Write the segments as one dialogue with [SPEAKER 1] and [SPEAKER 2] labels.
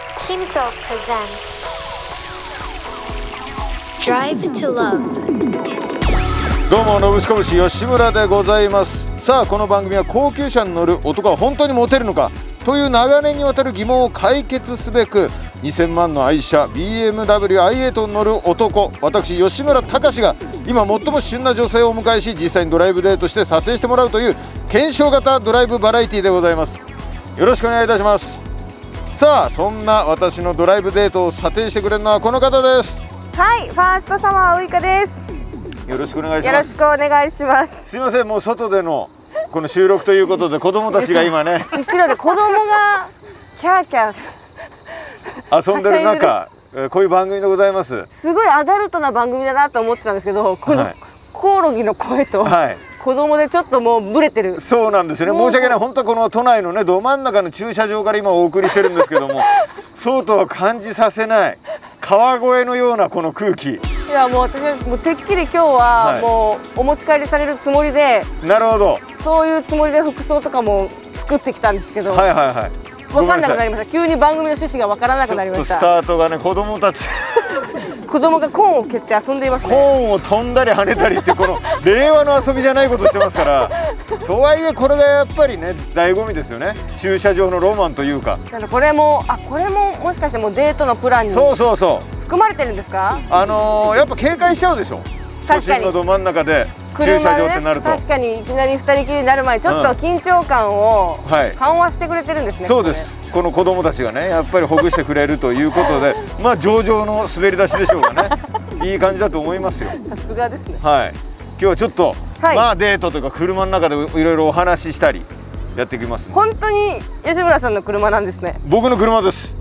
[SPEAKER 1] Pixel presents Drive to Love.
[SPEAKER 2] どうもノブシコブシ吉村でございますさあこの番組は高級車に乗る男は本当にモテるのかという長年にわたる疑問を解決すべく2000万の愛車 BMWi8 に乗る男私吉村隆が今最も旬な女性をお迎えし実際にドライブデートして査定してもらうという検証型ドライブバラエティでございますよろしくお願いいたしますさあそんな私のドライブデートを査定してくれるのはこの方です
[SPEAKER 3] はい、ファーストサマーウイカです。
[SPEAKER 2] よろしくお願いし
[SPEAKER 3] よ
[SPEAKER 2] ま
[SPEAKER 3] ろ
[SPEAKER 2] す
[SPEAKER 3] しくお願いします。
[SPEAKER 2] すいませんもう外でのこの収録ということで子供たちが今ね
[SPEAKER 3] 後ろで子供がキャーキャー、
[SPEAKER 2] 遊んでる 中えーこういう番組でございます
[SPEAKER 3] すごいアダルトな番組だなと思ってたんですけど、この、
[SPEAKER 2] はい
[SPEAKER 3] コオロギの声と
[SPEAKER 2] はい
[SPEAKER 3] 子供でちょっともうブレてる。
[SPEAKER 2] そうなんですね申し訳ない本当はこの都内のねど真ん中の駐車場から今お送りしてるんですけど もそうとは感じさせない川越のようなこの空気
[SPEAKER 3] いやもう私はもうてっきり今日
[SPEAKER 2] は
[SPEAKER 3] はいもうお持ち帰りされるつもりで、
[SPEAKER 2] なるほど
[SPEAKER 3] そういうつもりで服装とかも作ってきたんですけど、
[SPEAKER 2] はいはいはい
[SPEAKER 3] わかんなくなり
[SPEAKER 2] ま
[SPEAKER 3] ました。急に番組の趣旨がわからな
[SPEAKER 2] ち
[SPEAKER 3] くなり
[SPEAKER 2] ょっ
[SPEAKER 3] ま
[SPEAKER 2] と
[SPEAKER 3] し
[SPEAKER 2] ス
[SPEAKER 3] た。
[SPEAKER 2] タートがね子供たち
[SPEAKER 3] 子供がコーンを蹴って遊んでいます
[SPEAKER 2] コー
[SPEAKER 3] ね。
[SPEAKER 2] ンを飛んだり跳ねたりってこの令和の遊びじゃないことしてますからとはいえこれがやっぱりね醍醐味ですよね駐車場のロマンというか
[SPEAKER 3] なのでこれもあこれももしかしてもうデートのプランに
[SPEAKER 2] そうそうそう
[SPEAKER 3] 含まれてるんですか
[SPEAKER 2] あのーやっぱ警戒しちゃうでしょ都
[SPEAKER 3] 確かに
[SPEAKER 2] 心のど真ん中で
[SPEAKER 3] 車
[SPEAKER 2] 駐
[SPEAKER 3] で
[SPEAKER 2] 車場ってなると、
[SPEAKER 3] 確かにいきなり二人きりになる前ちょっ
[SPEAKER 2] うん
[SPEAKER 3] と緊張感を
[SPEAKER 2] はい
[SPEAKER 3] 緩和してくれてるんですね、
[SPEAKER 2] そうですこの子供たちがねやっぱりほぐしてくれるということ でまあ上々の滑り出しでしょうがねいい感じだと思いますよ
[SPEAKER 3] これさすがですね
[SPEAKER 2] はい今日はちょっと、
[SPEAKER 3] はい
[SPEAKER 2] まあデートというか車の中でいろいろお話ししたりやっていきます
[SPEAKER 3] 本当に吉村さんの車なんですね
[SPEAKER 2] 僕の車です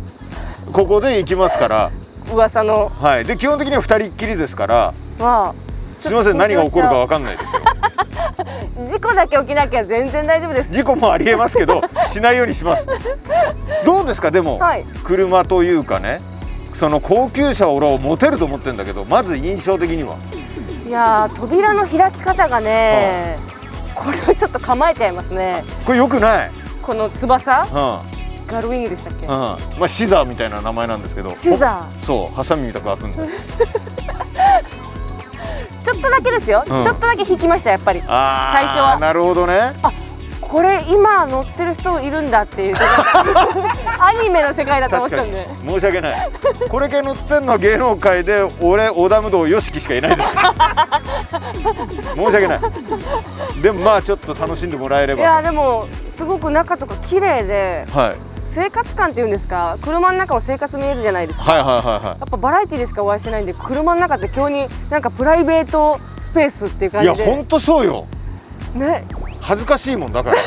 [SPEAKER 2] ここで行きますから
[SPEAKER 3] 噂の
[SPEAKER 2] はいで基本的には二人っきりですから
[SPEAKER 3] まあ
[SPEAKER 2] すいません何が起こるかわ
[SPEAKER 3] か
[SPEAKER 2] かんないですよ
[SPEAKER 3] 事故だけ起きなきゃ全然大丈夫です
[SPEAKER 2] 事故もありえますけどしないようにしますどうですかでも、
[SPEAKER 3] はい
[SPEAKER 2] 車というかねその高級車を俺はモテると思ってんだけどまず印象的にはい
[SPEAKER 3] やー扉の開き方がね、これはちょっと構えちゃいますね
[SPEAKER 2] これよくない、
[SPEAKER 3] この翼
[SPEAKER 2] うんうん
[SPEAKER 3] ガルウィングでしたっけ
[SPEAKER 2] まあ、シザーみたいな名前なんですけど
[SPEAKER 3] シザ
[SPEAKER 2] ーそうハサミみたく開くんだよ
[SPEAKER 3] ちょっとだけですよ、
[SPEAKER 2] うん
[SPEAKER 3] ちょっとだけ引きましたやっぱり
[SPEAKER 2] あー
[SPEAKER 3] 最初は
[SPEAKER 2] なるほどね
[SPEAKER 3] これ今乗ってる人いるんだっていう アニメの世界だと思っ
[SPEAKER 2] 確
[SPEAKER 3] て
[SPEAKER 2] か
[SPEAKER 3] たん
[SPEAKER 2] に
[SPEAKER 3] で
[SPEAKER 2] 申し訳ないこれ系乗ってんのは芸能界で俺織田武道 y o s しかいないですから 申し訳ないでもまあちょっと楽しんでもらえれ
[SPEAKER 3] いや
[SPEAKER 2] ば
[SPEAKER 3] でもすごく中とか綺麗で
[SPEAKER 2] はい
[SPEAKER 3] 生活感っていうんですか車の中も生活見えるじゃないですか
[SPEAKER 2] はいはいはいはい
[SPEAKER 3] やっぱバラエティでしかお会いしてないんで車の中って今日になんかプライベートスペースっていう感
[SPEAKER 2] いや
[SPEAKER 3] じで
[SPEAKER 2] 本当そうよ
[SPEAKER 3] ね
[SPEAKER 2] 恥ずかしいもんだから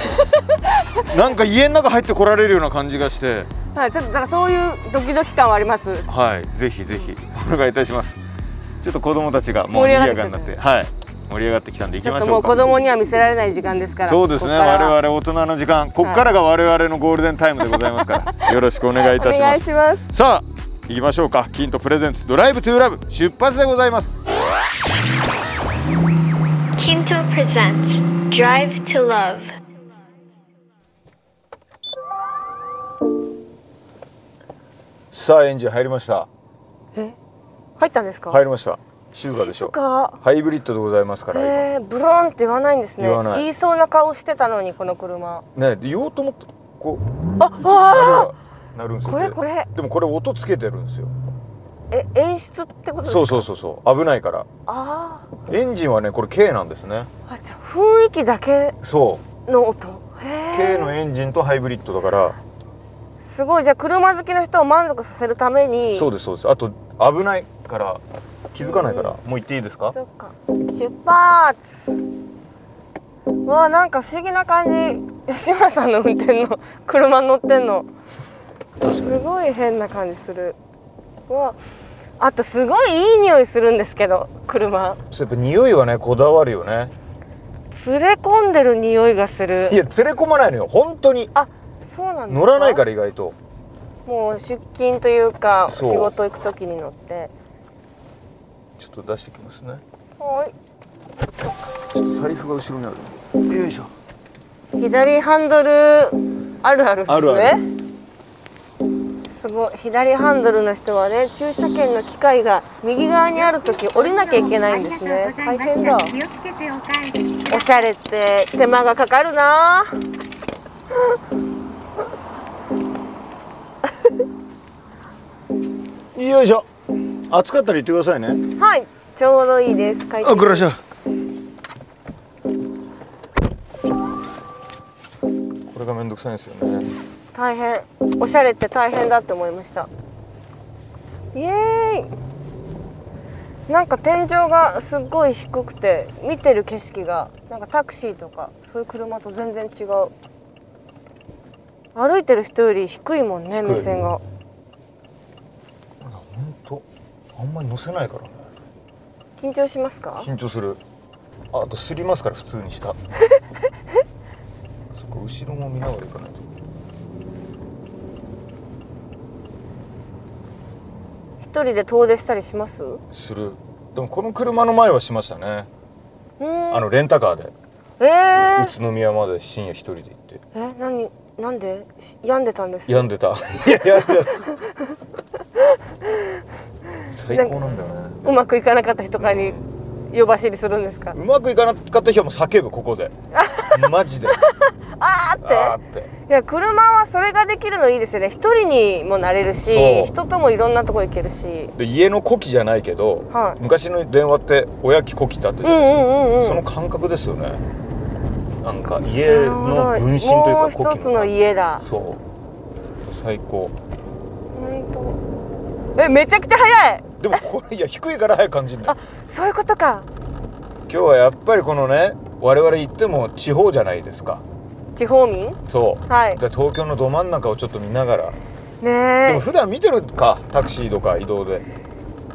[SPEAKER 2] なんか家の中入ってこられるような感じがして
[SPEAKER 3] はいちょっとだからそういうドキドキ感はあります
[SPEAKER 2] はいぜひぜひお願いいたしますちょっと子供たちがもう
[SPEAKER 3] 盛り上
[SPEAKER 2] 賑
[SPEAKER 3] がっ
[SPEAKER 2] や
[SPEAKER 3] てき
[SPEAKER 2] かに
[SPEAKER 3] たね
[SPEAKER 2] なってはい盛り上がってきたんで行
[SPEAKER 3] ち
[SPEAKER 2] き
[SPEAKER 3] ょ
[SPEAKER 2] ま
[SPEAKER 3] っ
[SPEAKER 2] し
[SPEAKER 3] と
[SPEAKER 2] ょ
[SPEAKER 3] も
[SPEAKER 2] う
[SPEAKER 3] う子
[SPEAKER 2] か
[SPEAKER 3] 供には見せられない時間ですから
[SPEAKER 2] そうですね
[SPEAKER 3] ここから
[SPEAKER 2] 我々大人の時間ここからが我々のゴールデンタイムでございますから、 よろしくお願いいた
[SPEAKER 3] お
[SPEAKER 2] し
[SPEAKER 3] 願
[SPEAKER 2] ま
[SPEAKER 3] い
[SPEAKER 2] す
[SPEAKER 3] します
[SPEAKER 2] さあ行きましょうかキントプレゼンツドライブトゥーラブ出発でございます
[SPEAKER 1] Kinto presents Drive to Love.
[SPEAKER 2] さあエンジン入りました
[SPEAKER 3] 入ったんですか
[SPEAKER 2] 入りました静かでしょ
[SPEAKER 3] 静か
[SPEAKER 2] ハイブリッドでございますから今
[SPEAKER 3] えー、ブロンって言わないんですね
[SPEAKER 2] 言わない
[SPEAKER 3] いそうな顔してたのにこの車
[SPEAKER 2] ね言おうと思ってこう
[SPEAKER 3] ああ
[SPEAKER 2] なるんですよ
[SPEAKER 3] これこれ
[SPEAKER 2] でもこれ音つけてるんですよ
[SPEAKER 3] え演出ってことですか
[SPEAKER 2] そうそうそうそう危ないから
[SPEAKER 3] あ
[SPEAKER 2] エンジンはねこれ K なんですね
[SPEAKER 3] ーあじゃあ雰囲気だけ
[SPEAKER 2] そ
[SPEAKER 3] の音へ
[SPEAKER 2] う
[SPEAKER 3] ー
[SPEAKER 2] K のエンジンとハイブリッドだから
[SPEAKER 3] すごいじゃあ車好きの人を満足させるために
[SPEAKER 2] そう
[SPEAKER 3] う
[SPEAKER 2] ですそうですあと危ないから気づかないからもう行っていいですか
[SPEAKER 3] そっか出発わあなんか不思議な感じ 吉村さんの運転の車乗ってんのすごい変な感じするわああとすごいいい匂いするんですけど車
[SPEAKER 2] そうやっぱ匂いはねこだわるよね
[SPEAKER 3] 連れ込んでる匂いがする
[SPEAKER 2] いや連れ込まないのよ本当に
[SPEAKER 3] あそうなんですか
[SPEAKER 2] 乗らないから意外と
[SPEAKER 3] もう出勤というか仕
[SPEAKER 2] そう
[SPEAKER 3] 事行く時に乗って
[SPEAKER 2] ちょっと出してきますね
[SPEAKER 3] はい
[SPEAKER 2] ちょっと財布が後ろにあるよいしょ
[SPEAKER 3] 左ハンドルあるあるですね
[SPEAKER 2] あるあ
[SPEAKER 3] すごい左ハンドルの人はね駐車券の機械が右側にある時降りなきゃいけないんですね大変だおしゃれって手間がかかるな
[SPEAKER 4] よいしょ暑かったら言ってくださいね
[SPEAKER 3] はいちょうどいいです快適
[SPEAKER 5] あ、グラシャ。
[SPEAKER 2] これがめんどくさいんですよね
[SPEAKER 3] 大変おしゃれって大変だって思いましたイエーイなんか天井がすっごい低くて見てる景色がなんかタクシーとかそういう車と全然違う歩いてる人より低いもんね
[SPEAKER 4] 低い
[SPEAKER 3] 目線が
[SPEAKER 2] 本当あんまり乗せないからね
[SPEAKER 3] 緊張しますか
[SPEAKER 2] 緊張するああとすりますから普通に したそこ後ろも見ながら行かないと
[SPEAKER 3] 一人で遠出したりしますう
[SPEAKER 2] するでもこの車の前はしましたね
[SPEAKER 3] ーん
[SPEAKER 2] あのレンタカーで
[SPEAKER 3] えー、
[SPEAKER 2] 宇都宮まで深夜一人で行って
[SPEAKER 3] え何なんでし病んでたんです
[SPEAKER 2] 病んでたいや病んでた最高なんだよね
[SPEAKER 3] うまくいかなかった日とかに夜走りするんですか
[SPEAKER 2] うまくいかなかった日はもう叫ぶここでマジで
[SPEAKER 3] あーって
[SPEAKER 2] あーって
[SPEAKER 3] いや車はそれができるのいいですよね一人にもなれるし
[SPEAKER 2] そう
[SPEAKER 3] 人ともいろんなとこ行けるし
[SPEAKER 2] で家の呼気じゃないけど、
[SPEAKER 3] はい
[SPEAKER 2] 昔の電話って親機呼気ってあったじ
[SPEAKER 3] う
[SPEAKER 2] ゃ
[SPEAKER 3] んう
[SPEAKER 2] ないですか、
[SPEAKER 3] んうんうん
[SPEAKER 2] その感覚ですよねなんか家の分身という
[SPEAKER 3] も
[SPEAKER 2] か
[SPEAKER 3] う
[SPEAKER 2] 呼
[SPEAKER 3] 一
[SPEAKER 2] 気
[SPEAKER 3] つの家だ
[SPEAKER 2] そう最高
[SPEAKER 3] 本当えめちゃくちゃ速い
[SPEAKER 2] でもこれいや低いから早く感じるのよ
[SPEAKER 3] そういうことか
[SPEAKER 2] 今日はやっぱりこのね我々行っても地方じゃないですか
[SPEAKER 3] 地方民
[SPEAKER 2] そう、
[SPEAKER 3] はい
[SPEAKER 2] で東京のど真ん中をちょっと見ながら
[SPEAKER 3] ね
[SPEAKER 2] で
[SPEAKER 3] え
[SPEAKER 2] も普段見てるかタクシーとか移動で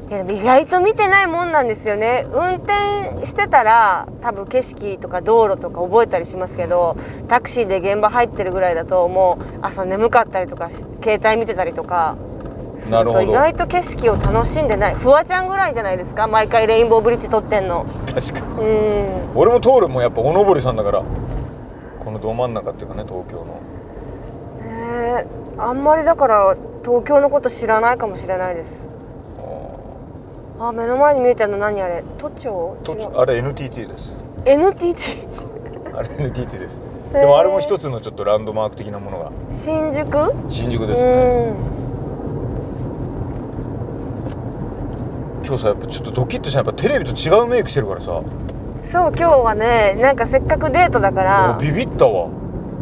[SPEAKER 3] いやでも意外と見てないもんなんですよね運転してたら多分景色とか道路とか覚えたりしますけどタクシーで現場入ってるぐらいだともう朝眠かったりとかし携帯見てたりとかす
[SPEAKER 2] な
[SPEAKER 3] る
[SPEAKER 2] るほ
[SPEAKER 3] と
[SPEAKER 2] ど
[SPEAKER 3] 意外と景色を楽しんでないフワちゃんぐらいじゃないですか毎回レインボーブリッジ撮ってんの
[SPEAKER 2] 確かに
[SPEAKER 3] うーん
[SPEAKER 2] 俺も通るもんやっぱおのぼりさんだからこのど真ん中っていうかね東京の
[SPEAKER 3] ねえあんまりだから東京のこと知らないかもしれないですあ目の前に見えてるの何あれ都庁
[SPEAKER 2] と
[SPEAKER 3] 違う
[SPEAKER 2] あれ NTT です
[SPEAKER 3] NTT
[SPEAKER 2] あれ NTT です
[SPEAKER 3] へー
[SPEAKER 2] でもあれも一つのちょっとランドマーク的なものが
[SPEAKER 3] 新宿
[SPEAKER 2] 新宿
[SPEAKER 3] う
[SPEAKER 2] ですね
[SPEAKER 3] ん
[SPEAKER 2] 今日さやっぱちょっとドキッとしたやっぱテレビと違うメイクしてるからさ
[SPEAKER 3] そう今日はねなんかせっかくデートだか
[SPEAKER 2] もう
[SPEAKER 3] ら
[SPEAKER 2] ビビったわ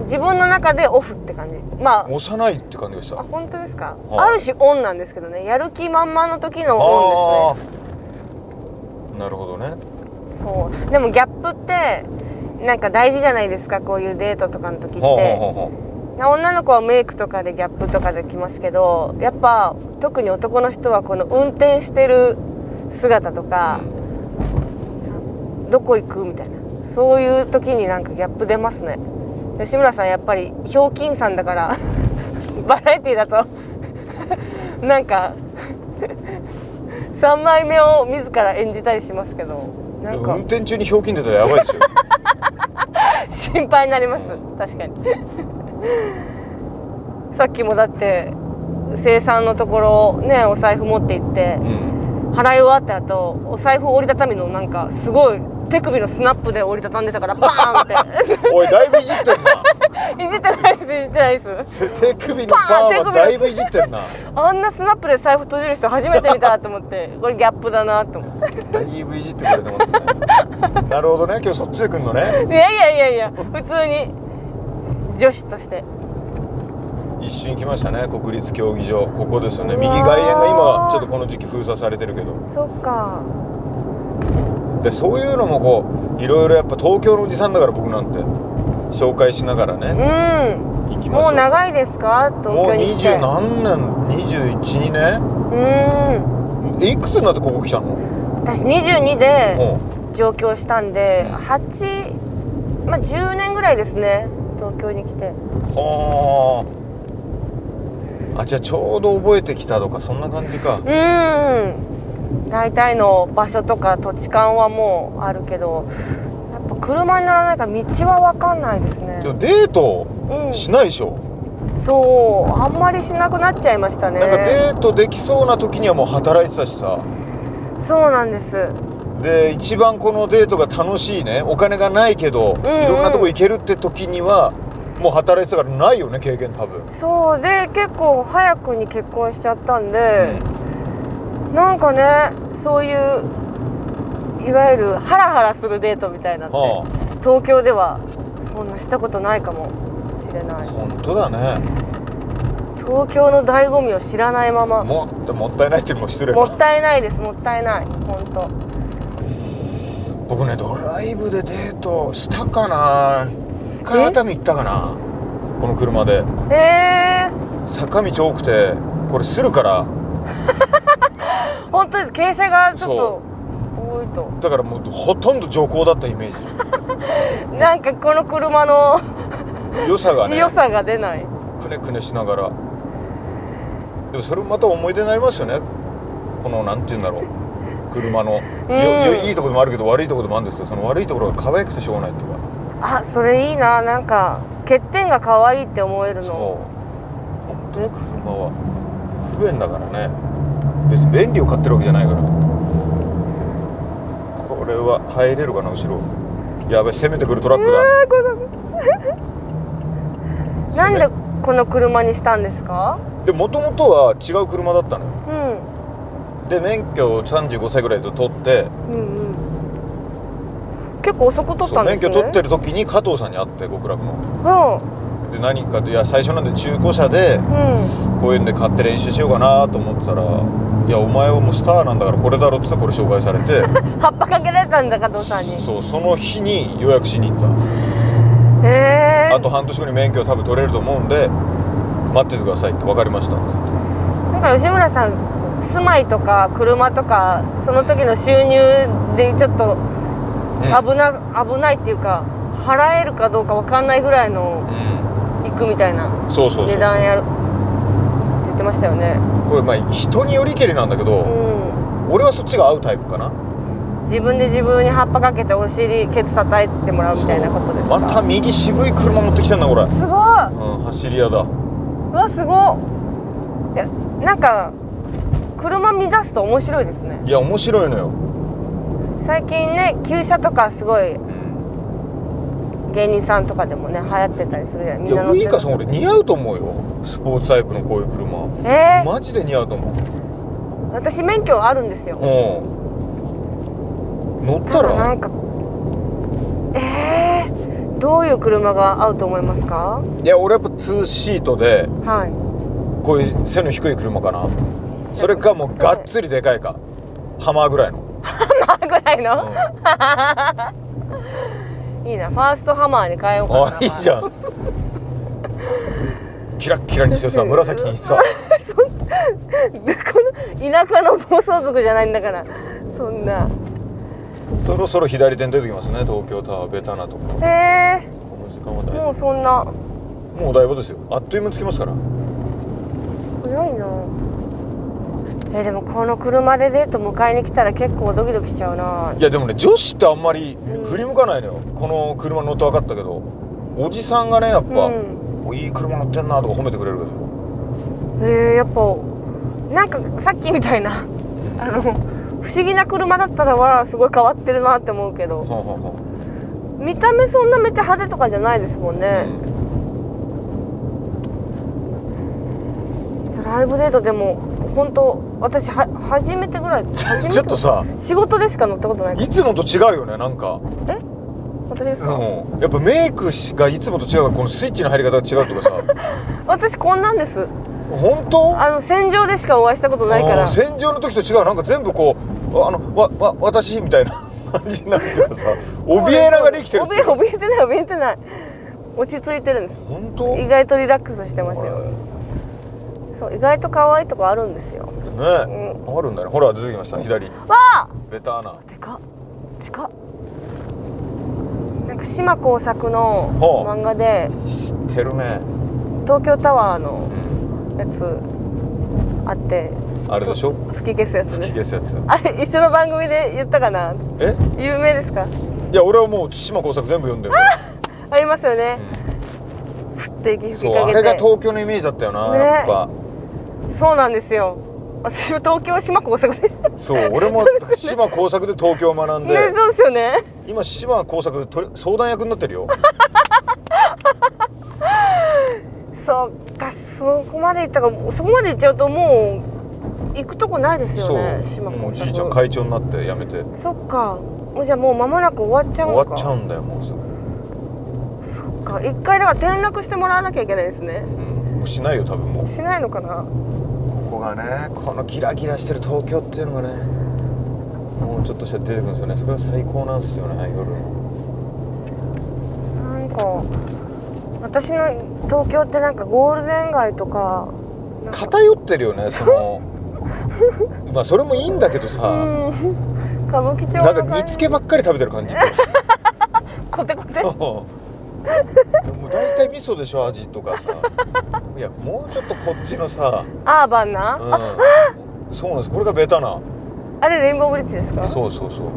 [SPEAKER 3] 自分の中でオフって感じま
[SPEAKER 2] 幼いって感じがした
[SPEAKER 3] ああ本当ですか
[SPEAKER 2] はい
[SPEAKER 3] ある種オンなんですけどねやる気満々の時のオ
[SPEAKER 2] あ
[SPEAKER 3] ンで
[SPEAKER 2] ーなるほどね
[SPEAKER 3] すねそうでもギャップってなんか大事じゃないですかこういうデートとかの時って
[SPEAKER 2] ほうほうほうほ
[SPEAKER 3] な女の子はメイクとかでギャップとかできますけどやっぱ特に男の人はこの運転してる姿とか、どこ行くみたいなそういう時になんかギャップ出ますね吉村さんやっぱりひょうきんさんだから バラエティだと なんか 3枚目を自ら演じたりしますけど
[SPEAKER 2] う
[SPEAKER 3] な
[SPEAKER 2] で
[SPEAKER 3] ん
[SPEAKER 2] も
[SPEAKER 3] か
[SPEAKER 2] 運転中にひょうきん出たらやばいでしょ
[SPEAKER 3] 心配になります確かに さっきもだって生産のところねお財布持って行って
[SPEAKER 2] うん
[SPEAKER 3] 払い終わった後お財布折りたたみのなんかすごい手首のスナップで折りたたんでたからバーンって
[SPEAKER 2] おいだいぶいじってんない
[SPEAKER 3] じってないですいじってないです
[SPEAKER 2] 手首のパーはだいぶいじってんな
[SPEAKER 3] あんなスナップで財布閉じる人初めて見たと思ってこれギャップだなと思って
[SPEAKER 2] だいぶいじってくれてますねなるほどね今日そっちで来んのね
[SPEAKER 3] いやいやいやいや普通に女子として
[SPEAKER 2] 一瞬来ましたね国立競技場ここですよね右外苑が今ちょっとこの時期封鎖されてるけど
[SPEAKER 3] そっか
[SPEAKER 2] でそういうのもこういろいろやっぱ東京のおじさんだから僕なんて紹介しながら
[SPEAKER 3] う
[SPEAKER 2] ね
[SPEAKER 3] ん
[SPEAKER 2] 行きましょ
[SPEAKER 3] も
[SPEAKER 2] う
[SPEAKER 3] う長いですか東
[SPEAKER 2] もう
[SPEAKER 3] 京に
[SPEAKER 2] 二
[SPEAKER 3] 来て
[SPEAKER 2] 十何年212年
[SPEAKER 3] うん
[SPEAKER 2] えいくつになってここ来たの
[SPEAKER 3] 私22で
[SPEAKER 2] も
[SPEAKER 3] 上京したんで
[SPEAKER 2] うん
[SPEAKER 3] 8まあ10年ぐらいですね東京に来て
[SPEAKER 2] うあーあじゃあちょうど覚えてきたとかそんな感じか
[SPEAKER 3] うーん大体の場所とか土地勘はもうあるけどやっぱ車に乗らないから道は分かんないですね
[SPEAKER 2] でもデート
[SPEAKER 3] うん
[SPEAKER 2] しないでしょ、
[SPEAKER 3] すそうあんまりしなくなっちゃいましたね
[SPEAKER 2] なんかデートできそうな時にはもう働いてたしさ
[SPEAKER 3] そうなんです
[SPEAKER 2] で一番このデートが楽しいねお金がないけど、
[SPEAKER 3] うん
[SPEAKER 2] いろんなとこ行けるって時にはもう働いてたからないよね経験多分
[SPEAKER 3] そうで結構早くに結婚しちゃったんで、なんかねそういういわゆるハラハラするデートみたいなって、
[SPEAKER 2] はあ
[SPEAKER 3] 東京ではそんなしたことないかもしれない
[SPEAKER 2] 本当だね
[SPEAKER 3] 東京の醍醐味を知らないまま
[SPEAKER 2] もっもったいないっていうのも失礼
[SPEAKER 3] も
[SPEAKER 2] か
[SPEAKER 3] ったいないですもったいない本当
[SPEAKER 2] 僕ねドライブでデートしたかな一回熱海行ったかなこの車で
[SPEAKER 3] えー、
[SPEAKER 2] 坂道多くてこれするから
[SPEAKER 3] 本当です傾斜がちょっ
[SPEAKER 2] そ
[SPEAKER 3] と多いと
[SPEAKER 2] だからもうほとんど徐行だったイメー
[SPEAKER 3] なんかこの車の
[SPEAKER 2] ジ良さがね
[SPEAKER 3] 良さが出ない
[SPEAKER 2] くねくねしながらでもそれもまた思い出になりますよねこのなんて言うんだろう車の、
[SPEAKER 3] うん
[SPEAKER 2] よよいいところもあるけど悪いところもあるんですけどその悪いところが可愛くてしょうがないっていうか
[SPEAKER 3] あそれいいななんか欠点が可愛いって思える
[SPEAKER 2] そう
[SPEAKER 3] の
[SPEAKER 2] 本当に車は不便だからね別に便利を買ってるわけじゃないからこれは入れるかな後ろやべ攻めてくるトラックだ
[SPEAKER 3] あこれ
[SPEAKER 2] 攻
[SPEAKER 3] なん
[SPEAKER 2] め
[SPEAKER 3] でこの車にしたんですか
[SPEAKER 2] でもともとは違う車だったのよ
[SPEAKER 3] うん
[SPEAKER 2] で免許を35歳ぐらいで取って
[SPEAKER 3] うんうん結構遅く取っ
[SPEAKER 2] そ
[SPEAKER 3] た
[SPEAKER 2] うん
[SPEAKER 3] です
[SPEAKER 2] 免
[SPEAKER 3] ね
[SPEAKER 2] 許取ってる時に加藤さんに会って極楽ので何かといや最初なんで中古車で
[SPEAKER 3] うんうん
[SPEAKER 2] 公園で買って練習しようかなと思ってたら「いやお前はもうスターなんだからこれだろ」っつってこれ紹介されて
[SPEAKER 3] 葉っぱかけられたんだ加藤さんに
[SPEAKER 2] そうその日に予約しに行っ
[SPEAKER 3] へえ
[SPEAKER 2] たあと半年後に免許多分取れると思うんで待っててくださいって分かりましたっつって
[SPEAKER 3] なんか吉村さん住まいとか車とかその時の収入でちょっと
[SPEAKER 2] うん
[SPEAKER 3] 危な、危ないっていうか払えるかどうかわかんないぐらいの
[SPEAKER 2] うん
[SPEAKER 3] 行くみたいな
[SPEAKER 2] そうそうそうそ
[SPEAKER 3] 値
[SPEAKER 2] う
[SPEAKER 3] 段やるって言ってましたよね
[SPEAKER 2] これまあ人によりけりなんだけ
[SPEAKER 3] う
[SPEAKER 2] ど
[SPEAKER 3] ん
[SPEAKER 2] 俺はそっちが合うタイプかな
[SPEAKER 3] 自分で自分に葉っぱかけてお尻ケツ叩いてもらうみたいなことですか
[SPEAKER 2] また右渋い車持ってきてんなこれ、う、
[SPEAKER 3] すごいうん
[SPEAKER 2] 走り屋だ
[SPEAKER 3] わすごいいやなんか車乱すと面白いですね
[SPEAKER 2] いや面白いのよ、
[SPEAKER 3] 最近ね旧車とかすごい芸人さんとかでもね流行ってたりするじゃんみ
[SPEAKER 2] い
[SPEAKER 3] んな
[SPEAKER 2] や
[SPEAKER 3] 乗っ
[SPEAKER 2] ウ
[SPEAKER 3] て
[SPEAKER 2] イ
[SPEAKER 3] る
[SPEAKER 2] カさん俺似合うと思うよスポーツタイプのこういう車
[SPEAKER 3] えー、
[SPEAKER 2] マジで似合うと思
[SPEAKER 3] 私免許あるんですよ
[SPEAKER 2] ううん乗った
[SPEAKER 3] ただな
[SPEAKER 2] ら
[SPEAKER 3] んかえー、どういう車が合うと思いますか
[SPEAKER 2] いや俺やっぱ2シートで
[SPEAKER 3] は
[SPEAKER 2] こういう背の低い車かなそれかもうがっつりでかいかハマーぐらいの、
[SPEAKER 3] いハマーぐらいの、
[SPEAKER 2] うん
[SPEAKER 3] いいなファーストハマーに変えようかな
[SPEAKER 2] あいいじゃんキラッキラにしてさ紫にさ
[SPEAKER 3] で この田舎の暴走族じゃないんだからそんな
[SPEAKER 2] そろそろ左手に出てきますね東京タワーベタなところ
[SPEAKER 3] え
[SPEAKER 2] この時間は
[SPEAKER 3] ー、も
[SPEAKER 2] 大
[SPEAKER 3] うそんな
[SPEAKER 2] 丈夫もうお台場ですよあっという間に着きますから
[SPEAKER 3] 早いなえでもこの車でデート迎えに来たら結構ドキドキしちゃうない
[SPEAKER 2] やでもね女子ってあんまり振り向かないのよ、この車乗って分かったけどおじさんがねやっぱ、
[SPEAKER 3] うん
[SPEAKER 2] おいい車乗ってんなとか褒めてくれるけど
[SPEAKER 3] えー、やっぱなんかさっきみたいなあの不思議な車だったらはすごい変わってるなって思うけど
[SPEAKER 2] はんはんは
[SPEAKER 3] 見た目そんなめっちゃ派手とかじゃないですもん
[SPEAKER 2] ん
[SPEAKER 3] ね、ドライブデートでも本当私は初めてぐらい初め て
[SPEAKER 2] ちょっとさ
[SPEAKER 3] 仕事でしか乗ったことない
[SPEAKER 2] いつもと違うよねなんか、
[SPEAKER 3] 私ですか、
[SPEAKER 2] うん、やっぱメイクがいつもと違うからこのスイッチの入り方が違うとかさ
[SPEAKER 3] 私こんなんです
[SPEAKER 2] 本当
[SPEAKER 3] あの戦場でしかお会いしたことないから
[SPEAKER 2] うん戦場の時と違うなんか全部こうああのわわ私みたいな 感じになってるからさ怯えながら生きてるっていう
[SPEAKER 3] 怯え怯えてない怯えてない落ち着いてるんです
[SPEAKER 2] 本当
[SPEAKER 3] 意外とリラックスしてますよそう意外と可愛いとこあるんですよ
[SPEAKER 2] ね、あるんだねほら出てきました左
[SPEAKER 3] わあ
[SPEAKER 2] ベターな
[SPEAKER 3] でかっ近っなんか島耕作の
[SPEAKER 2] ほう
[SPEAKER 3] 漫画で
[SPEAKER 2] 知ってるね、
[SPEAKER 3] 東京タワーの
[SPEAKER 2] うん、
[SPEAKER 3] やつあって
[SPEAKER 2] あれでしょ
[SPEAKER 3] 吹き消すやつ
[SPEAKER 2] 吹き
[SPEAKER 3] です
[SPEAKER 2] 消すやつ
[SPEAKER 3] あれ一緒の番組で言ったかな
[SPEAKER 2] え
[SPEAKER 3] 有名ですか
[SPEAKER 2] いや俺はもう島耕作全部読んでる
[SPEAKER 3] ありますよね、定期吹
[SPEAKER 2] そ
[SPEAKER 3] き
[SPEAKER 2] う
[SPEAKER 3] か
[SPEAKER 2] あ
[SPEAKER 3] け
[SPEAKER 2] れが
[SPEAKER 3] て
[SPEAKER 2] 東京のイメージだったよな、
[SPEAKER 3] ね
[SPEAKER 2] やっぱ
[SPEAKER 3] そうなんですよ私も東京島 工作でね
[SPEAKER 2] そう俺も島工作で東京を学んで
[SPEAKER 3] そうですよね
[SPEAKER 2] 今島工作でとり相談役になってるよ
[SPEAKER 3] そうかそこまで行ったかそこまで行っちゃうともう行くとこないですよ
[SPEAKER 2] そう
[SPEAKER 3] ね島
[SPEAKER 2] も
[SPEAKER 3] 工
[SPEAKER 2] う
[SPEAKER 3] 作
[SPEAKER 2] じいちゃん会長になって辞めて
[SPEAKER 3] そっかもうじゃあもう間もなく終わっちゃうの
[SPEAKER 2] 終
[SPEAKER 3] か
[SPEAKER 2] わっちゃうんだよもうすぐ、う
[SPEAKER 3] そっか一回だから転落してもらわなきゃいけないですね
[SPEAKER 2] ん、もうしないよ多分もう
[SPEAKER 3] しないのかな
[SPEAKER 2] ここがねこのギラギラしてる東京っていうのがねもうちょっとしたら出てくるんですよねそれが最高なんですよね夜の
[SPEAKER 3] なんか私の東京ってなんかゴールデン街とかなんか
[SPEAKER 2] 偏ってるよねその まあそれもいいんだけどさ、
[SPEAKER 3] うん歌舞伎町の
[SPEAKER 2] なんか
[SPEAKER 3] 感じ
[SPEAKER 2] 煮つけばっかり食べてる感じっていうかさ
[SPEAKER 3] コテコテ
[SPEAKER 2] もう大体味噌でしょ味とかさいやもうちょっとこっちのさ、
[SPEAKER 3] アーバンな、
[SPEAKER 2] うん、そうなんですこれがベタな
[SPEAKER 3] あれレインボーブリッジですか
[SPEAKER 2] そうそうそう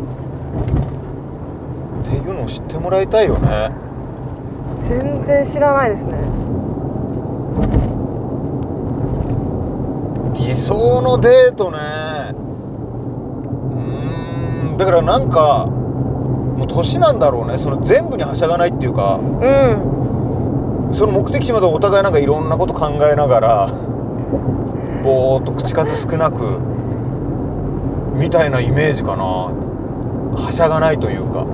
[SPEAKER 2] っていうのを知ってもらいたいよね
[SPEAKER 3] 全然知らないですね
[SPEAKER 2] 理想のデートねうーんだからなんかもう年なんだろうねその全部にはしゃがないっていうか
[SPEAKER 3] うん
[SPEAKER 2] その目的地までお互いなんかいろんなこと考えながらぼーっと口数少なくみたいなイメージかなはしゃがないというか、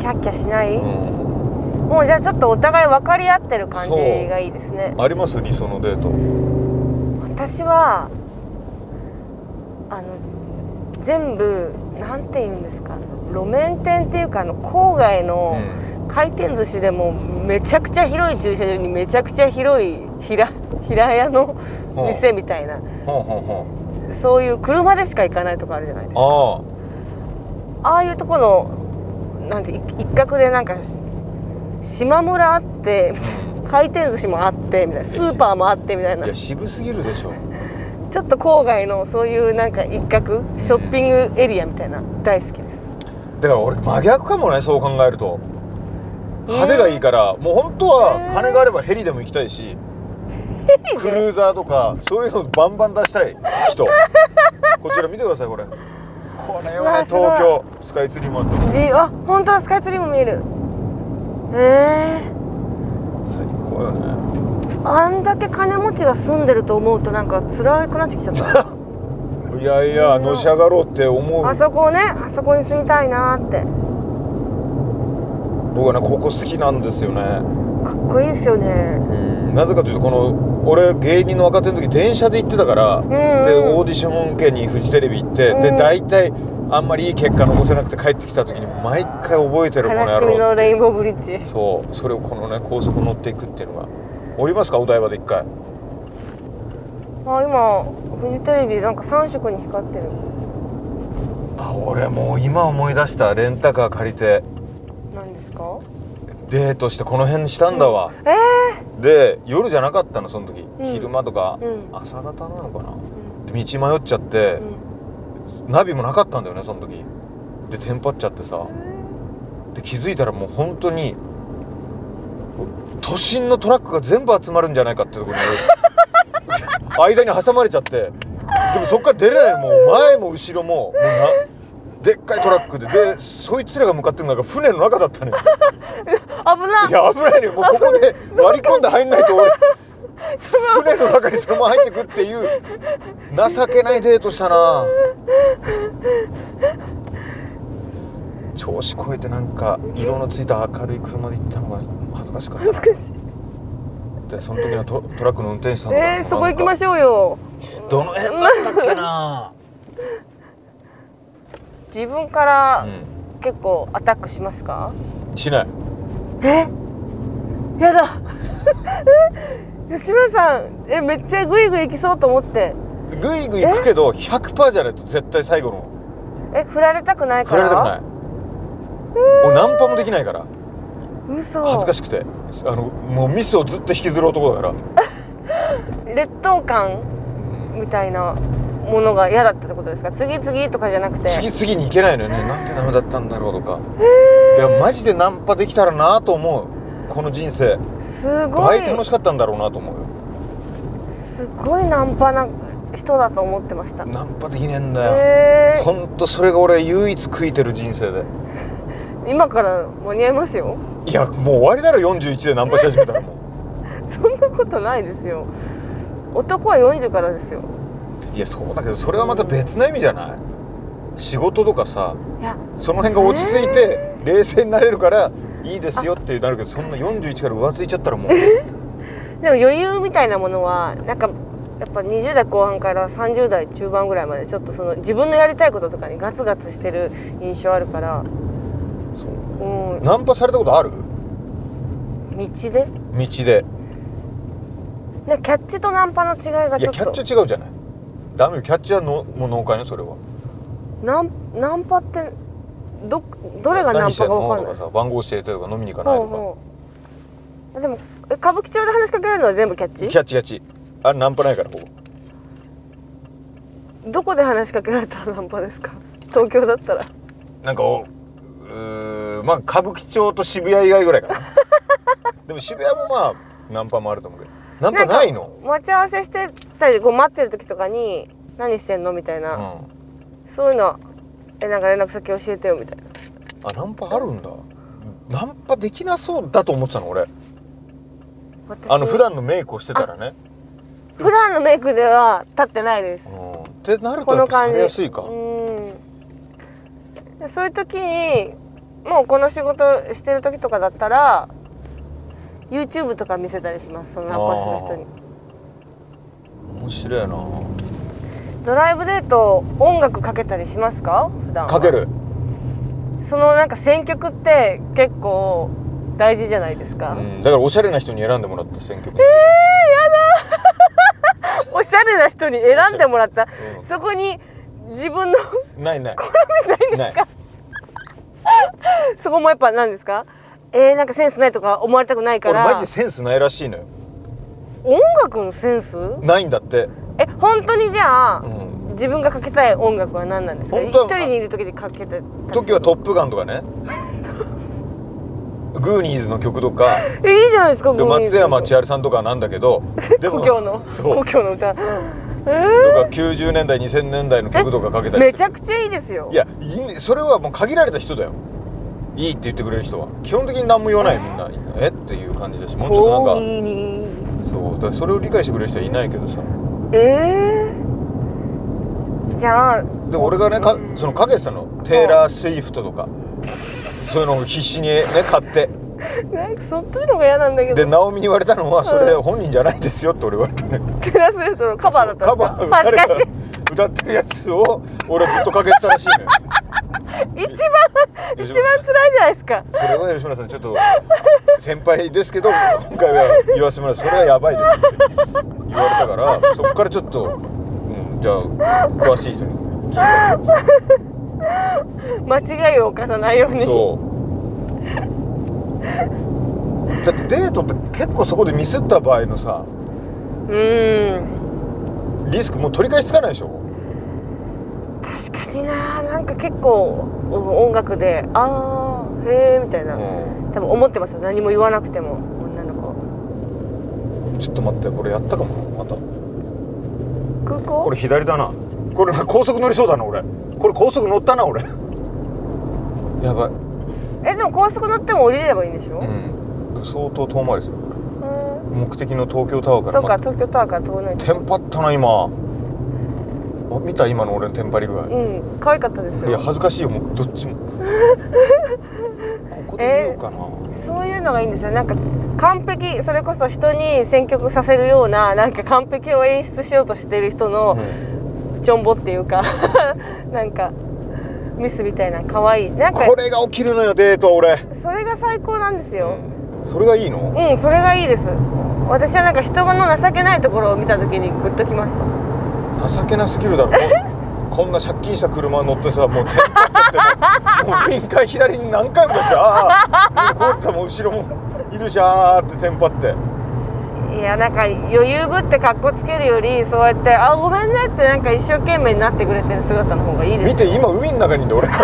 [SPEAKER 3] キャッキャしない、
[SPEAKER 2] う
[SPEAKER 3] もうじゃあちょっとお互い分かり合ってる感じ
[SPEAKER 2] そう
[SPEAKER 3] がいいですね
[SPEAKER 2] ん、あります理想のデート
[SPEAKER 3] 私はあの全部なんて言うんですか路面店っていうかあの郊外の
[SPEAKER 2] う
[SPEAKER 3] 回転寿司でもめちゃくちゃ広い駐車場にめちゃくちゃ広い平 平屋の
[SPEAKER 2] ほう
[SPEAKER 3] 店みたいな
[SPEAKER 2] ほんほんほん
[SPEAKER 3] そういう車でしか行かないとこあるじゃないですか
[SPEAKER 2] あ
[SPEAKER 3] ああいうとこのなんて一一角でなんか島村あって回転寿司もあってみたいなスーパーもあってみたい
[SPEAKER 2] あ
[SPEAKER 3] ない
[SPEAKER 2] や渋すぎるでしょ
[SPEAKER 3] ちょっと郊外のそういうなんか一角ショッピングエリアみたいな大好きです
[SPEAKER 2] だから俺真逆かもねそう考えると派手がいいから、もう本当は金があればヘリでも行きたいし、 クルーザーとかそういうのバンバン出したい人こちら見てくださいこれこれ
[SPEAKER 3] うわ
[SPEAKER 2] はね
[SPEAKER 3] すごい
[SPEAKER 2] 東京スカイツリーもあっても
[SPEAKER 3] えー、あ本当だスカイツリーも見えるえ
[SPEAKER 2] 最高よね
[SPEAKER 3] ー、あんだけ金持ちが住んでると思うとなんか辛くなってきちゃった
[SPEAKER 2] いやいやのし上がろうって思
[SPEAKER 3] あ
[SPEAKER 2] う
[SPEAKER 3] そこをねあそこに住みたいなーって
[SPEAKER 2] 僕はねここ好きなんですよね
[SPEAKER 3] かっこいいですよね
[SPEAKER 2] なぜかというとこの俺芸人の若手の時電車で行ってたから、
[SPEAKER 3] ん
[SPEAKER 2] でオーディション受けにフジテレビ行って、で
[SPEAKER 3] うん
[SPEAKER 2] 大体あんまりいい結果残せなくて帰ってきた時に毎回覚えてるこの
[SPEAKER 3] 悲
[SPEAKER 2] 野
[SPEAKER 3] しみ
[SPEAKER 2] 郎
[SPEAKER 3] のレインボーブリッジ
[SPEAKER 2] そうそれをこのね高速乗っていくっていうのが降りますかお台場で一回
[SPEAKER 3] あ今フジテレビなんか3色に光ってる
[SPEAKER 2] あ俺もう今思い出したレンタカー借りて
[SPEAKER 3] なんですか
[SPEAKER 2] デートしてこの辺にしたんだわ、
[SPEAKER 3] え
[SPEAKER 2] で夜じゃなかったのその時、
[SPEAKER 3] うん
[SPEAKER 2] 昼間とか、
[SPEAKER 3] うん
[SPEAKER 2] 朝方なのかな、で道迷っちゃって
[SPEAKER 3] ー、う、ん
[SPEAKER 2] ナビもなかったんだよねその時でテンパっちゃってさで気づいたらもう本当に都心のトラックが全部集まるんじゃないかってところに 間に挟まれちゃってでもそっから出れないのもう前も後ろももうなでっかいトラックででそいつらが向かってるのが船の中だったのよ
[SPEAKER 3] 危ない
[SPEAKER 2] いや危ないのよもうここで割り込んで入んないと俺船の中にそのまま入ってくっていう情けないデートしたな調子こえてなんか色のついた明るい車で行ったのが恥ずかしかったなでその時のトトラックの運転手さんとかも
[SPEAKER 3] えー、そこ行きま
[SPEAKER 2] ょ
[SPEAKER 3] しょうよ
[SPEAKER 2] うどの辺だったっけな、
[SPEAKER 3] 自分から
[SPEAKER 2] う
[SPEAKER 3] 結構アタックしますか、
[SPEAKER 2] ん、しない
[SPEAKER 3] やだ 吉村さんえめっちゃグイグイ行きそうと思って
[SPEAKER 2] ぐいぐい行くけど100%じゃないと絶対最後の
[SPEAKER 3] え振られたくないか
[SPEAKER 2] 振ら
[SPEAKER 3] ら
[SPEAKER 2] れたくない俺ナンパもできないから
[SPEAKER 3] い嘘
[SPEAKER 2] 恥ずかしくてあのもうミスをずっと引きずる男だから
[SPEAKER 3] 劣等感みたいなものが嫌だったってことですか次々とかじゃなくて
[SPEAKER 2] 次々に行けないのよねなんでダメだったんだろうとかでもマジでナンパできたらなと思うこの人生
[SPEAKER 3] すごい
[SPEAKER 2] 倍楽しかったんだろうなと思うよ
[SPEAKER 3] すごいナンパな人だと思ってました
[SPEAKER 2] ナンパできねえんだよ、
[SPEAKER 3] へ
[SPEAKER 2] ほんとそれが俺唯一悔いてる人生で
[SPEAKER 3] ー、今から間に合いますよ
[SPEAKER 2] いやもう終わりだろ41でナンパし始めたらも
[SPEAKER 3] そんなことないですよ男は40からですよ
[SPEAKER 2] ういやそうだけどそれはまた別な意味じゃない仕事とかさ
[SPEAKER 3] いや
[SPEAKER 2] その辺が落ち着いて冷静になれるからいいですよってなるけどそんな41から浮ついちゃったらもう
[SPEAKER 3] でも余裕みたいなものはなんかやっぱ20代後半から30代中盤ぐらいまでちょっとその自分のやりたいこととかにガツガツしてる印象あるから
[SPEAKER 2] そう
[SPEAKER 3] うん道
[SPEAKER 2] ナンパされたことある
[SPEAKER 3] で
[SPEAKER 2] 道で
[SPEAKER 3] ねキャッチとナンパの違いが
[SPEAKER 2] い
[SPEAKER 3] ちょ
[SPEAKER 2] や
[SPEAKER 3] っ
[SPEAKER 2] キャッ
[SPEAKER 3] と
[SPEAKER 2] チは違うじゃないダメよキャッチはのもう農会よそれは
[SPEAKER 3] ナンナンパってどどれがナン
[SPEAKER 2] 何して
[SPEAKER 3] パ
[SPEAKER 2] ん
[SPEAKER 3] かわ
[SPEAKER 2] のと
[SPEAKER 3] かんない
[SPEAKER 2] かさ番号教えてとか飲みに行かないとか
[SPEAKER 3] ほうほうでもえ歌舞伎町で話しかけられるのは全部キャッチ
[SPEAKER 2] キャッチキャッチあれナンパないからここ
[SPEAKER 3] どこで話しかけられたらナンパですか東京だったら
[SPEAKER 2] なんかおうーまあ歌舞伎町と渋谷以外ぐらいか なでも渋谷もまあナンパもあると思うけどナンパないの
[SPEAKER 3] 待ち合わせしてたりこう待ってる時とかに「何してんの?」みたいな、
[SPEAKER 2] うん
[SPEAKER 3] そういうのはえなんか連絡先教えてよみたいな
[SPEAKER 2] あナンパあるんだナンパできなそうだと思ってたの俺
[SPEAKER 3] 私
[SPEAKER 2] あの普段のメイクをしてたらね
[SPEAKER 3] 普段のメイクでは立ってないです
[SPEAKER 2] うんってなると
[SPEAKER 3] こ
[SPEAKER 2] や
[SPEAKER 3] の
[SPEAKER 2] っぱさ
[SPEAKER 3] 感
[SPEAKER 2] れ
[SPEAKER 3] じ
[SPEAKER 2] やすいか
[SPEAKER 3] うんでそういう時にもうこの仕事してる時とかだったら YouTube とか見せたりしますそのナンパする人に
[SPEAKER 2] 面白いな
[SPEAKER 3] ドライブデート音楽かけたりしますか普段は
[SPEAKER 2] かける
[SPEAKER 3] そのなんか選曲って結構大事じゃないですか、
[SPEAKER 2] うんだからおしゃれな人に選んでもらった選曲に
[SPEAKER 3] おしゃれな人に選んでもらった、
[SPEAKER 2] うん
[SPEAKER 3] そこに自分の
[SPEAKER 2] ないないない
[SPEAKER 3] そこもやっぱ何ですかえー、なんかセンスないとか思われたくないか
[SPEAKER 2] 俺
[SPEAKER 3] ら
[SPEAKER 2] マジでセンスないらしいのよ
[SPEAKER 3] 音楽のセンス
[SPEAKER 2] ないんだって
[SPEAKER 3] え本当にじゃあ、
[SPEAKER 2] うん
[SPEAKER 3] 自分がかけたい音楽は何なんですか
[SPEAKER 2] 本
[SPEAKER 3] 一
[SPEAKER 2] 当は
[SPEAKER 3] 人にいる時にかけてたりする
[SPEAKER 2] 時は「トップガン」とか ねグーニーズの曲とか
[SPEAKER 3] えいいじゃないですか
[SPEAKER 2] で
[SPEAKER 3] ゴミ
[SPEAKER 2] 松山千春さんとかなんだけどで
[SPEAKER 3] 故郷の
[SPEAKER 2] そう
[SPEAKER 3] 故郷の 歌、え
[SPEAKER 2] とか90年代2000年代の曲とかかけた
[SPEAKER 3] ー、
[SPEAKER 2] り
[SPEAKER 3] め
[SPEAKER 2] す
[SPEAKER 3] ちゃ
[SPEAKER 2] る
[SPEAKER 3] くちゃいいですよ
[SPEAKER 2] いやいいねそれはもう限られた人だよいいって言ってくれる人は基本的に何も言わないみんなえっていう感じだしもうちょっとなんか
[SPEAKER 3] 恋に
[SPEAKER 2] そうだからそれを理解してくれる人はいないけどさ
[SPEAKER 3] えー、じゃあ
[SPEAKER 2] で俺がねかそのかけてたのテイラー・スイフトとかそういうのを必死にね買って
[SPEAKER 3] なんかそっちの方が嫌なんだけ
[SPEAKER 2] で
[SPEAKER 3] ど
[SPEAKER 2] 直美に言われたのはそれ本人じゃないですよって俺言われたね
[SPEAKER 3] テラスレッドのカバーだった
[SPEAKER 2] カ
[SPEAKER 3] んです
[SPEAKER 2] バー
[SPEAKER 3] か
[SPEAKER 2] を
[SPEAKER 3] 恥
[SPEAKER 2] 誰
[SPEAKER 3] ず
[SPEAKER 2] か
[SPEAKER 3] かしい
[SPEAKER 2] 歌ってるやつを俺はずっとかけてたらしいのよ
[SPEAKER 3] 一番一番辛いじゃないですか
[SPEAKER 2] それは吉村さんちょっと先輩ですけど今回は言わせてもらうそれはやばいですって言われたからそっからちょっと、うん、じゃあ詳しい人に聞いたんで
[SPEAKER 3] 間違いを犯さないように
[SPEAKER 2] すそうだってデートって結構そこでミスった場合のさ
[SPEAKER 3] うーん
[SPEAKER 2] リスクもう取り返しつかないでしょ
[SPEAKER 3] 確かにななんか結構音楽で「あーへえ」みたいな、
[SPEAKER 2] う
[SPEAKER 3] 多分思ってますよ何も言わなくても女の子
[SPEAKER 2] ちょっと待ってこれやったかもまた
[SPEAKER 3] 空
[SPEAKER 2] こ
[SPEAKER 3] 港
[SPEAKER 2] れ左だなこれ高速乗りそうだな俺これ高速乗ったな俺やばい
[SPEAKER 3] えでも高速乗っても降りれればいいんでしょ、
[SPEAKER 2] うん相当遠回りするこ
[SPEAKER 3] う
[SPEAKER 2] れ目的の東京タワー
[SPEAKER 3] ーん
[SPEAKER 2] か
[SPEAKER 3] そ
[SPEAKER 2] らま
[SPEAKER 3] うか東京タワーから遠い
[SPEAKER 2] テンパったな今あ見た今の俺のテンパり具合
[SPEAKER 3] うん可愛かったです
[SPEAKER 2] いや
[SPEAKER 3] よ
[SPEAKER 2] 恥ずかしいよもうどっちもここで見ようかな、
[SPEAKER 3] そういうのがいいんですよなんか完璧それこそ人に選曲させるようななんか完璧を演出しようとしてる人のちょんぼっていうか なんかミスみたいな可愛いなんか
[SPEAKER 2] これが起きるのよデートは俺、
[SPEAKER 3] それが最高なんですよ
[SPEAKER 2] それがいいの
[SPEAKER 3] うん、それがいいです私はなんか人の情けないところを見た時にグッときます
[SPEAKER 2] 情けなすぎるだろこんな借金した車乗ってさもう転倒っちゃってもうもう臨界左に何回も出してああこうやったらもう後ろもいるしああってテンパって
[SPEAKER 3] いやなんか余裕ぶって格好つけるよりそうやって「あごめんね」ってなんか一生懸命になってくれてる姿の方がいいで
[SPEAKER 2] 見
[SPEAKER 3] す
[SPEAKER 2] て今海の中にいんだ俺迷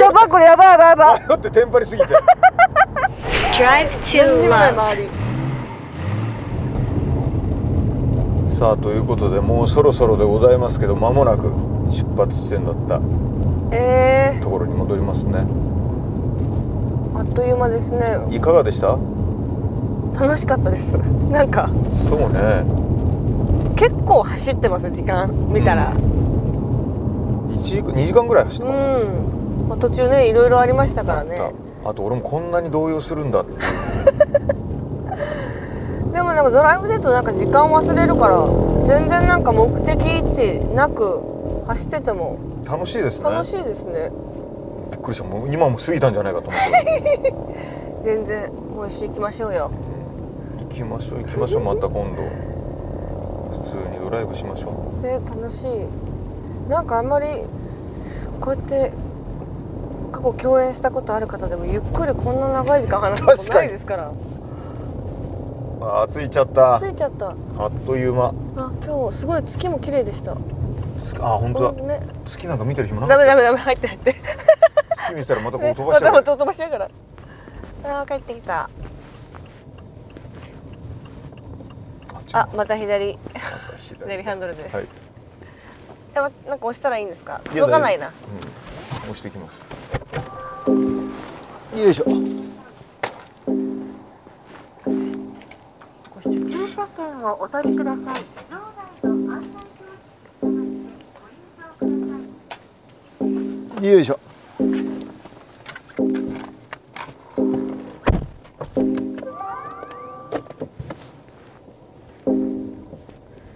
[SPEAKER 3] や
[SPEAKER 2] っ
[SPEAKER 3] ばいこれやばいやばいやばい
[SPEAKER 2] て迷ってテンパりすぎて
[SPEAKER 1] Drive to
[SPEAKER 3] 何にもない
[SPEAKER 1] love.
[SPEAKER 3] 周り
[SPEAKER 2] さあということでもうそろそろでございますけど間もなく出発地点だった
[SPEAKER 3] え
[SPEAKER 2] ところに戻りますね
[SPEAKER 3] ー、あっという間ですね
[SPEAKER 2] いかがでした
[SPEAKER 3] 楽しかったですなんか
[SPEAKER 2] そうね
[SPEAKER 3] 結構走ってますね時間見たら
[SPEAKER 2] 1時間2時間ぐらい走った
[SPEAKER 3] う
[SPEAKER 2] かも
[SPEAKER 3] ん、まあ、途中ねいろいろありましたからね
[SPEAKER 2] あと俺もこんなに動揺するんだって
[SPEAKER 3] でもなんかドライブデートなんか時間忘れるから全然なんか目的位置なく走ってても
[SPEAKER 2] 楽しいですね
[SPEAKER 3] 楽しいですね
[SPEAKER 2] びっくりしたもう今も過ぎたんじゃないかと思って
[SPEAKER 3] 全然もう一周行きましょうよ
[SPEAKER 2] 行きましょう行きましょうまた今度普通にドライブしましょ
[SPEAKER 3] ね楽しいなんかあんまりこうやって過去共演したことある方でもゆっくりこんな長い時間話すこ
[SPEAKER 2] 確
[SPEAKER 3] と
[SPEAKER 2] かに
[SPEAKER 3] ないですから
[SPEAKER 2] うあー着いちゃった
[SPEAKER 3] 着いちゃったあ
[SPEAKER 2] あっという間
[SPEAKER 3] 今日すごい月も綺麗でした
[SPEAKER 2] つあー本当だ
[SPEAKER 3] うんね
[SPEAKER 2] 月なんか見てる暇な
[SPEAKER 3] ダ
[SPEAKER 2] かっ
[SPEAKER 3] メダメダメ入って入って
[SPEAKER 2] た月見せたらまたこう飛ばし
[SPEAKER 3] ま
[SPEAKER 2] ちゃ
[SPEAKER 3] た
[SPEAKER 2] う
[SPEAKER 3] また飛ばしちゃうからあー帰ってきた
[SPEAKER 2] あ
[SPEAKER 3] あまた
[SPEAKER 2] 違
[SPEAKER 3] 左
[SPEAKER 2] う
[SPEAKER 3] 左ハンドルです、
[SPEAKER 2] はい、
[SPEAKER 3] でもなんか押したらいいんですか
[SPEAKER 2] いや
[SPEAKER 3] 動かないな
[SPEAKER 2] うん、押していきます
[SPEAKER 4] よいしょ
[SPEAKER 3] 押しちゃった
[SPEAKER 4] よいしょ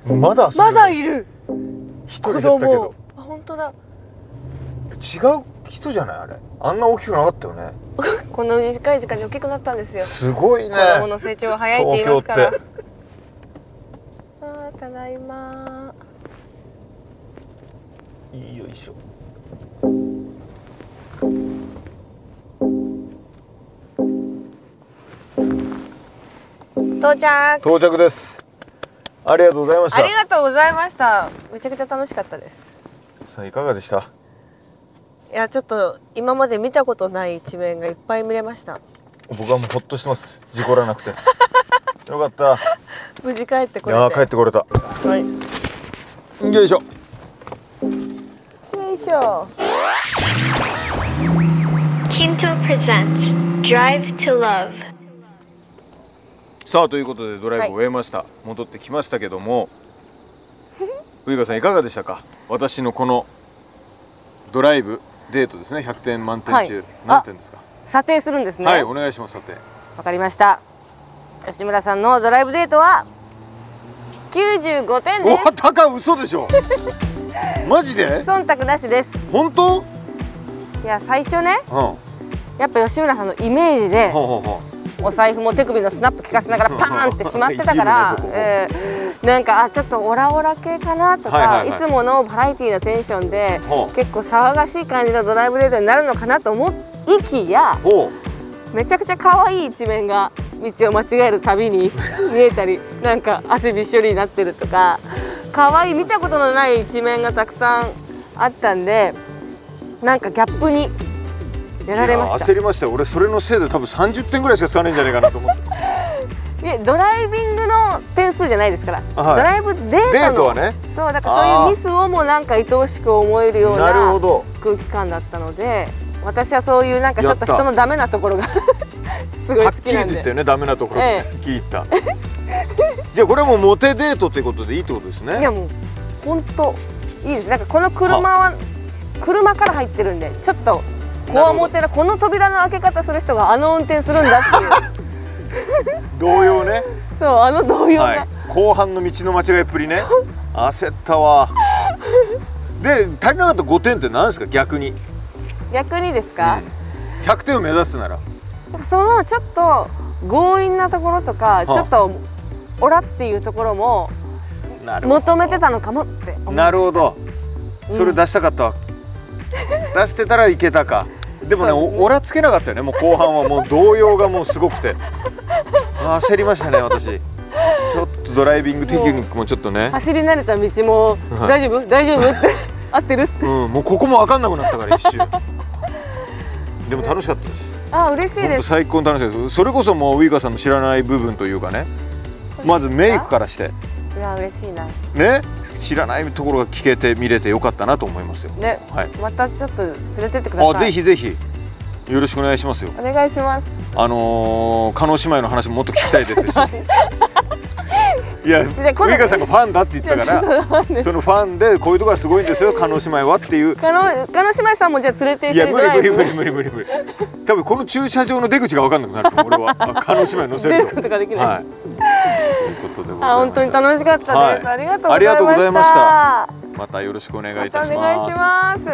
[SPEAKER 2] まだ遊んで
[SPEAKER 3] まだ
[SPEAKER 2] ない
[SPEAKER 3] いる
[SPEAKER 2] 一人減
[SPEAKER 3] 子
[SPEAKER 2] ったけ
[SPEAKER 3] 供
[SPEAKER 2] ど
[SPEAKER 3] あ本当
[SPEAKER 2] 違
[SPEAKER 3] だ
[SPEAKER 2] う人じゃないあれあんな大きくなかったよね
[SPEAKER 3] この短い時間に大きくなったんですよ
[SPEAKER 2] すごいね
[SPEAKER 3] 子供の成長は早いって言いますから
[SPEAKER 2] 東京って
[SPEAKER 3] あーただいま
[SPEAKER 2] よいしょ
[SPEAKER 3] 到着
[SPEAKER 2] 到着ですありがとうございまし
[SPEAKER 3] あり
[SPEAKER 2] た
[SPEAKER 3] がとうございましためちゃくちゃ楽しかったです
[SPEAKER 2] さあいかがでした
[SPEAKER 3] いやちょっと今まで見たことない一面がいっぱい見れました
[SPEAKER 2] 僕はもうほっとしてます事故ら なくてよかった
[SPEAKER 3] 無事帰ってこ
[SPEAKER 2] い
[SPEAKER 3] れて
[SPEAKER 2] やー帰ってこれた
[SPEAKER 3] はい
[SPEAKER 5] よいしょ
[SPEAKER 3] よいしょ
[SPEAKER 1] Kinto presents Drive to Love.
[SPEAKER 2] さあということでドライブを終えました、戻ってきましたけども ウイカさんいかがでしたか私のこのドライブデートですね100点満点中、
[SPEAKER 3] はい
[SPEAKER 2] 何点ですか
[SPEAKER 3] 査定するんですね
[SPEAKER 2] はいお願いしますさて
[SPEAKER 3] わかりました吉村さんのドライブデートは95点
[SPEAKER 2] お
[SPEAKER 3] で
[SPEAKER 2] っ高嘘でし ょマジです
[SPEAKER 3] 忖度なしです
[SPEAKER 2] 本当うん
[SPEAKER 3] いや最初ね
[SPEAKER 2] ほ
[SPEAKER 3] やっぱ吉村さんのイメージで
[SPEAKER 2] うほうほ
[SPEAKER 3] お財布も手首のスナップ効かせながらパーンってしまってたか
[SPEAKER 2] いじ
[SPEAKER 3] ら
[SPEAKER 2] るねそこ、
[SPEAKER 3] えーなんかあちょっとオラオラ系かなとか、
[SPEAKER 2] はいはい
[SPEAKER 3] い
[SPEAKER 2] はい
[SPEAKER 3] つものバラエティーなテンションで
[SPEAKER 2] ほう
[SPEAKER 3] 結構騒がしい感じのドライブデートになるのかなと思いきや
[SPEAKER 2] うほう
[SPEAKER 3] めちゃくちゃ可愛い一面が道を間違えるたびに見 えたりなんか汗びっしょりになってるとか可愛い見たことのない一面がたくさんあったんでなんかギャップにやられまし
[SPEAKER 2] いや
[SPEAKER 3] た
[SPEAKER 2] 焦りましたよ俺それのせいで多分30点ぐらいしか使わないんじゃないかなと思 って
[SPEAKER 3] いやドライビングの点数じゃないですから、
[SPEAKER 2] はい
[SPEAKER 3] ドライブデートの
[SPEAKER 2] デートはね
[SPEAKER 3] そうだからそういうミスをもなんか愛おしく思えるよう
[SPEAKER 2] なる
[SPEAKER 3] な
[SPEAKER 2] ほど
[SPEAKER 3] 空気感だったので私はそういうなんかちょっと
[SPEAKER 2] やった
[SPEAKER 3] 人のダメなところが すごい
[SPEAKER 2] は
[SPEAKER 3] 好
[SPEAKER 2] っき
[SPEAKER 3] き
[SPEAKER 2] り
[SPEAKER 3] な
[SPEAKER 2] と
[SPEAKER 3] ん
[SPEAKER 2] 言っ
[SPEAKER 3] で
[SPEAKER 2] たよねダメなところっ
[SPEAKER 3] え
[SPEAKER 2] て聞いたじゃあこれはもうモテデートということでいいってことですね
[SPEAKER 3] いやもう本当いいですなんかこの車は車から入ってるんでちょっとこわもてなこの扉の開け方する人があの運転するん だっていう
[SPEAKER 2] 同様ね、
[SPEAKER 3] そうあの同様な、
[SPEAKER 2] はい、後半の道の間違いっぷり ね焦ったわで足りなかった5点って何ですか逆に
[SPEAKER 3] 逆にですか、
[SPEAKER 2] 100点を目指すなら
[SPEAKER 3] そのちょっと強引なところとか、
[SPEAKER 2] い
[SPEAKER 3] ちょっとオラっていうところも
[SPEAKER 2] なるほど
[SPEAKER 3] 求めてたのかもって思う
[SPEAKER 2] なるほど
[SPEAKER 3] うん
[SPEAKER 2] それ出したか ったわ、出してたらいけたかでもね
[SPEAKER 3] そうですね
[SPEAKER 2] おオラつけなかったよねもう後半はもう動揺がもうすごく てあ焦りましたね私ちょっとドライビングテクニックもちょっとね
[SPEAKER 3] 走り慣れた道も
[SPEAKER 2] はい
[SPEAKER 3] 大 丈夫、大丈夫って合ってる
[SPEAKER 2] うん、もうここも分かんなくなったから一瞬
[SPEAKER 6] でも楽しかったです
[SPEAKER 3] あ嬉しい
[SPEAKER 2] 本
[SPEAKER 3] で
[SPEAKER 2] 当
[SPEAKER 3] す
[SPEAKER 2] 最高に楽しかったですそれこそもうウイカさんの知らない部分というかねまずメイクからして
[SPEAKER 3] いや嬉しいな
[SPEAKER 2] ね知らないところが聞けて見れてよかったなと思いますよ
[SPEAKER 3] ね、
[SPEAKER 2] はい
[SPEAKER 3] またちょっと連れてってください
[SPEAKER 2] あぜひぜひよろしくお願いしますよ
[SPEAKER 3] お願いします
[SPEAKER 2] あのー、加納姉妹の話ももっと聞きたい ですしいやウ
[SPEAKER 3] じゃあ今度
[SPEAKER 2] イカさんがファンだって言ったからそのファンでこういうところがすごいんですよ加納姉妹はっていう
[SPEAKER 3] カノカノ姉妹さんもじゃあ連れて
[SPEAKER 2] いや無理無理無理
[SPEAKER 3] 理
[SPEAKER 2] 無理無理無理多分この駐車場の出口が分かんなくなると思う俺はあ加納姉妹乗せ
[SPEAKER 3] 出る
[SPEAKER 2] る
[SPEAKER 3] こととができない、
[SPEAKER 2] はいということでございました
[SPEAKER 3] あ本当に楽しかったです、
[SPEAKER 2] はい
[SPEAKER 3] ありがとうございました
[SPEAKER 2] またよろしくお願いい
[SPEAKER 3] ま
[SPEAKER 2] た
[SPEAKER 3] た
[SPEAKER 2] し
[SPEAKER 3] お願い
[SPEAKER 2] ま
[SPEAKER 3] し
[SPEAKER 2] す
[SPEAKER 3] ま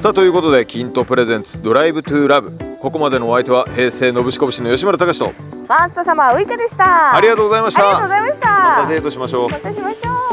[SPEAKER 3] す
[SPEAKER 2] さあということでキントプレゼンツドライブトゥーラブここまでのお相手は平成のぶしこぶしの吉村隆史と
[SPEAKER 3] ファースト様ウイカでした
[SPEAKER 2] ありがとうございました
[SPEAKER 3] ありがとうございました
[SPEAKER 2] またデートしましょう
[SPEAKER 3] またしましょう